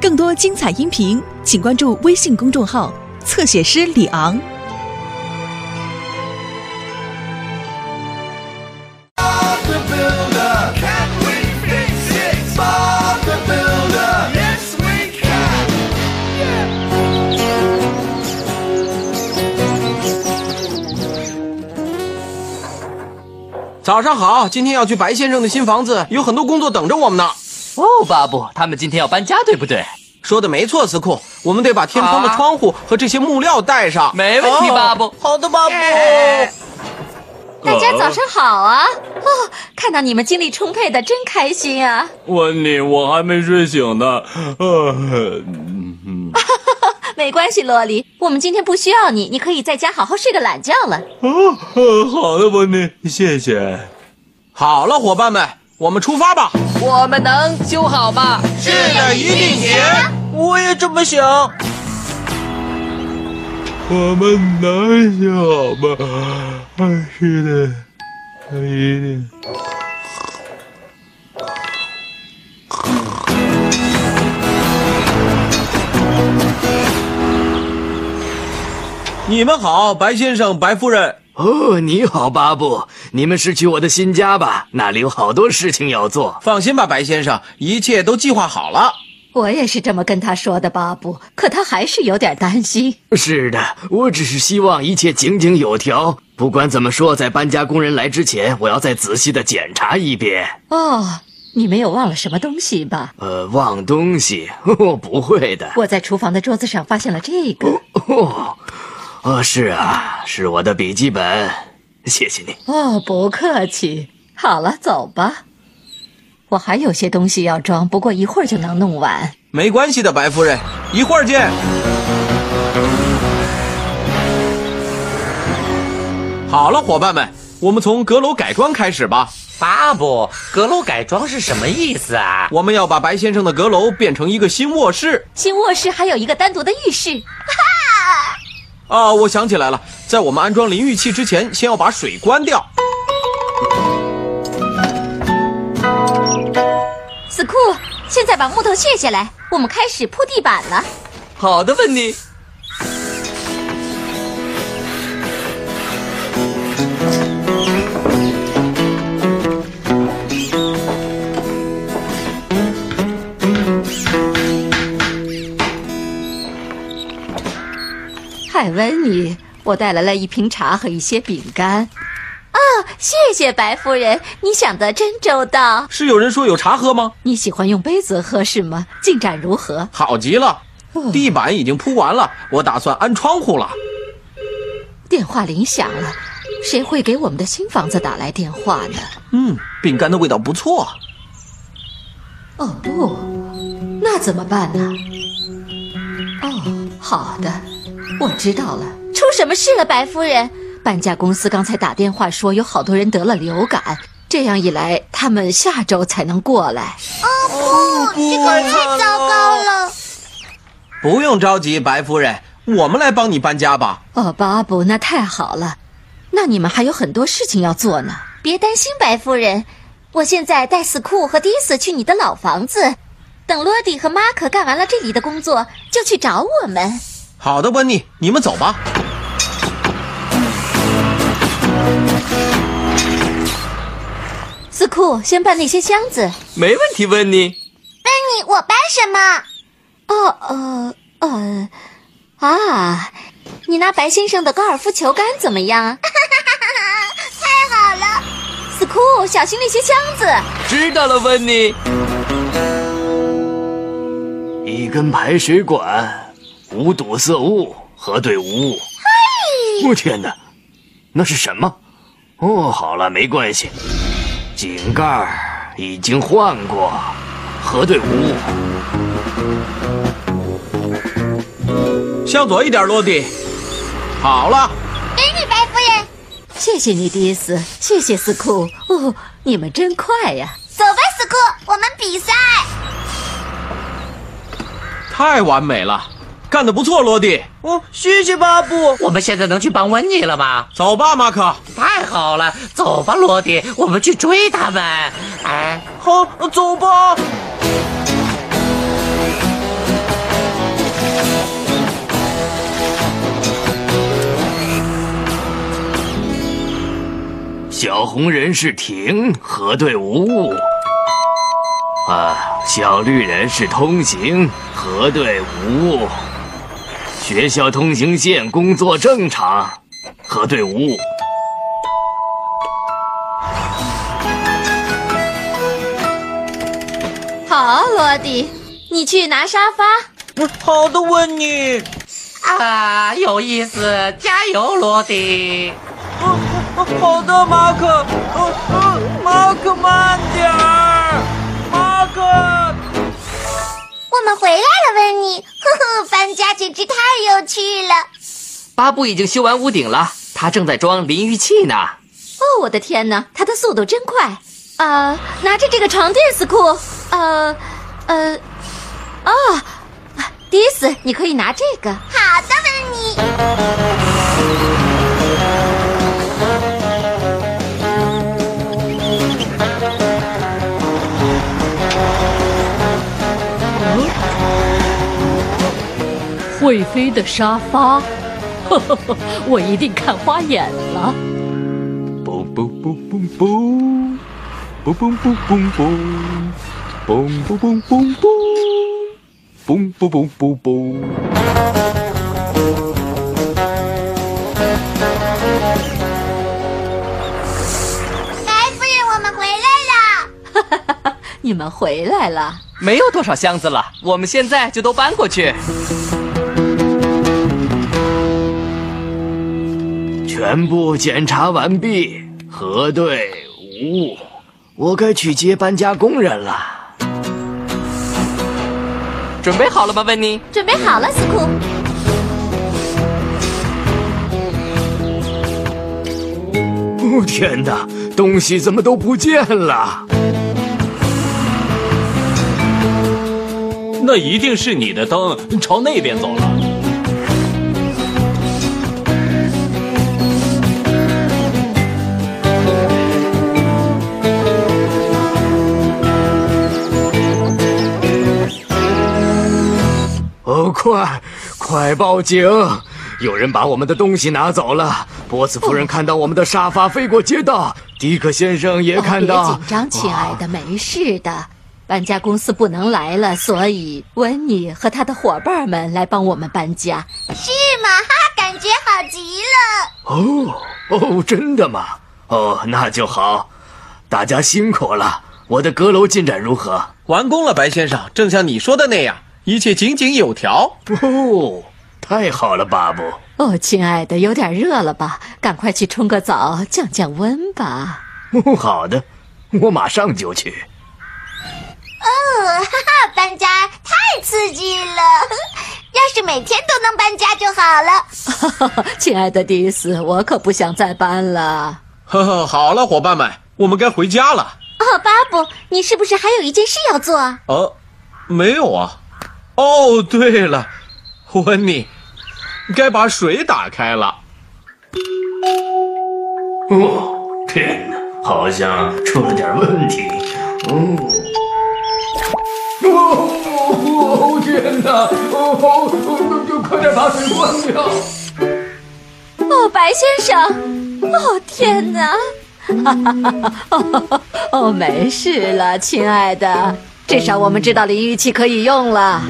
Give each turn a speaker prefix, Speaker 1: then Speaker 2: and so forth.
Speaker 1: 更多精彩音频，请关注微信公众号“侧写师李昂”。
Speaker 2: Bob the Builder. Can we fix it? Bob the Builder. Yes, we can.
Speaker 3: 早上好，今天要去白先生的新房子，有很多工作等着我们呢。
Speaker 4: 哦，巴布，他们今天要搬家，对不对？
Speaker 3: 说的没错，司库，我们得把天窗的
Speaker 4: 啊
Speaker 3: 窗户和这些木料带上。哦
Speaker 4: 没问题，巴布。
Speaker 3: 好的，巴布。
Speaker 5: 大家早上好啊！哦，看到你们精力充沛的，真开心啊！
Speaker 6: 温妮，我还没睡醒呢。啊呃，
Speaker 5: 没关系，洛丽，我们今天不需要你，你可以在家好好睡个懒觉了。
Speaker 6: 哦，呃好的，温妮，谢谢。
Speaker 3: 好了，伙伴们，我们出发吧。
Speaker 7: 我们能修好吗？
Speaker 3: 是的，一定行。我也这么想。
Speaker 6: 我们能行好吗？哎，是的，一定。
Speaker 3: 你们好，白先生、白夫人。
Speaker 4: 哦，你好，巴布，你们是去我的新家吧？那里有好多事情要做。
Speaker 3: 放心吧，白先生，一切都计划好了。
Speaker 5: 我也是这么跟他说的，巴布，可他还是有点担心。
Speaker 4: 是的，我只是希望一切井井有条。不管怎么说，在搬家工人来之前，我要再仔细的检查一遍。
Speaker 5: 哦，你没有忘了什么东西吧？
Speaker 4: 呃，忘东西，我不会的。
Speaker 5: 我在厨房的桌子上发现了这个。
Speaker 4: 哦，哦，是啊，是我的笔记本。谢谢你。
Speaker 5: 哦，不客气。好了，走吧。我还有些东西要装，不过一会儿就能弄完。
Speaker 3: 没关系的，白夫人，一会儿见。好了，伙伴们，我们从阁楼改装开始吧。
Speaker 8: 巴布，阁楼改装是什么意思啊？
Speaker 3: 我们要把白先生的阁楼变成一个新卧室。
Speaker 5: 新卧室还有一个单独的浴室。
Speaker 3: 啊，我想起来了，在我们安装淋浴器之前，先要把水关掉。
Speaker 5: 死库，现在把木头卸下来，我们开始铺地板了。
Speaker 4: 好的，温妮。
Speaker 5: 海温妮，我带来了一瓶茶和一些饼干。啊，谢谢白夫人，你想的真周到。
Speaker 3: 是有人说有茶喝吗？
Speaker 5: 你喜欢用杯子喝是吗？进展如何？
Speaker 3: 好极了，地板已经铺完了，我打算安窗户了。
Speaker 5: 电话铃响了，谁会给我们的新房子打来电话呢？
Speaker 3: 嗯，饼干的味道不错。
Speaker 5: 哦不，那怎么办呢？哦，好的，我知道了。出什么事了，白夫人？搬家公司刚才打电话说有好多人得了流感，这样一来，他们下周才能过来。
Speaker 3: 这个太糟糕了。不用着急，白夫人，我们来帮你搬家吧。
Speaker 5: 哦，巴布，那太好了。那你们还有很多事情要做呢。别担心，白夫人，我现在带斯库和迪斯去你的老房子，等罗迪和马可干完了这里的工作，就去找我们。
Speaker 3: 好的，温妮，你们走吧。
Speaker 5: 斯库，先搬那些箱子。
Speaker 4: 没问题，温妮。
Speaker 5: 你哎我搬什么？哦，呃，呃，啊，你拿白先生的高尔夫球杆怎么样？ 太好了！斯库，小心那些箱子。
Speaker 4: 知道了，温妮。一根排水管，无堵塞物，核对无误。我天哪，那是什么？哦，好了，没关系。井盖儿已经换过，核对无误。
Speaker 3: 向左一点，落地。好了，
Speaker 5: 谢谢你，迪斯，谢谢斯库。哦，你们真快呀！
Speaker 9: 走吧，斯库，我们比赛。
Speaker 3: 太完美了，干得不错，落地。嗯，谢谢巴布。
Speaker 8: 我们现在能去帮温妮了吗？
Speaker 3: 走吧，马可。
Speaker 8: 太好了，走吧，罗迪，我们去追他们。哎，
Speaker 3: 好，走吧。
Speaker 4: 红人是停，核对无误。啊，小绿人是通行，核对无误。学校通行线工作正常，核对无误。
Speaker 5: 好，罗迪，你去拿沙发。
Speaker 8: 好的，问你。啊，有意思，加油，罗迪。
Speaker 3: 好的，马可，呃呃，马可慢点儿，马可。
Speaker 9: 我们回来了，温妮。呵呵，搬家简直太有趣了。
Speaker 10: 巴布已经修完屋顶了，他正在装淋浴器呢。
Speaker 5: 哦，我的天哪，他的速度真快。呃，拿着这个床垫，斯库。呃，呃，哦，迪斯，你可以拿这个。
Speaker 9: 好的，温妮。
Speaker 11: 会飞的沙发，呵呵呵，我一定看花眼了。
Speaker 6: 嘣嘣嘣嘣嘣，嘣嘣嘣嘣嘣，嘣嘣嘣嘣嘣，嘣嘣嘣嘣嘣。
Speaker 9: 白夫人，我们回来了。
Speaker 5: 你们回来了，
Speaker 10: 没有多少箱子了，我们现在就都搬过去。
Speaker 4: 全部检查完毕，核对无误。我该去接搬家工人了。
Speaker 10: 准备好了吗，温妮？
Speaker 5: 准备好了，斯库。
Speaker 4: 嗯哦天哪，东西怎么都不见了？
Speaker 12: 那一定是你的灯朝那边走了。
Speaker 4: 哦，快，快报警！有人把我们的东西拿走了。波斯夫人看到我们的沙发飞过街道，迪克先生也看到。
Speaker 5: 哦别紧张，亲爱的，没事的。搬家公司不能来了，所以温妮和他的伙伴们来帮我们搬家。
Speaker 9: 是吗？哈，感觉好极了。
Speaker 4: 哦哦，真的吗？哦，那就好，大家辛苦了。我的阁楼进展如何？
Speaker 3: 完工了，白先生，正像你说的那样，一切井井有条。
Speaker 4: 哦，太好了，巴布。
Speaker 5: 哦，亲爱的，有点热了吧？赶快去冲个澡，降降温吧。
Speaker 4: 哦，好的，我马上就去。
Speaker 9: 哦，哈哈，搬家太刺激了！要是每天都能搬家就好了。
Speaker 5: 亲爱的迪斯，我可不想再搬了。
Speaker 3: 呵呵，好了，伙伴们，我们该回家了。
Speaker 9: 哦，巴布，你是不是还有一件事要做？
Speaker 3: 呃，没有啊。哦，对了，温妮，该把水打开了。
Speaker 4: 哦，天哪，好像出了点问题。哦，哦，天哪！哦，好，哦，就快点把水关掉。
Speaker 5: 哦，白先生，哦天哪！哈哈哈哈 哦哦，没事了，亲爱的，至少我们知道淋浴器可以用了。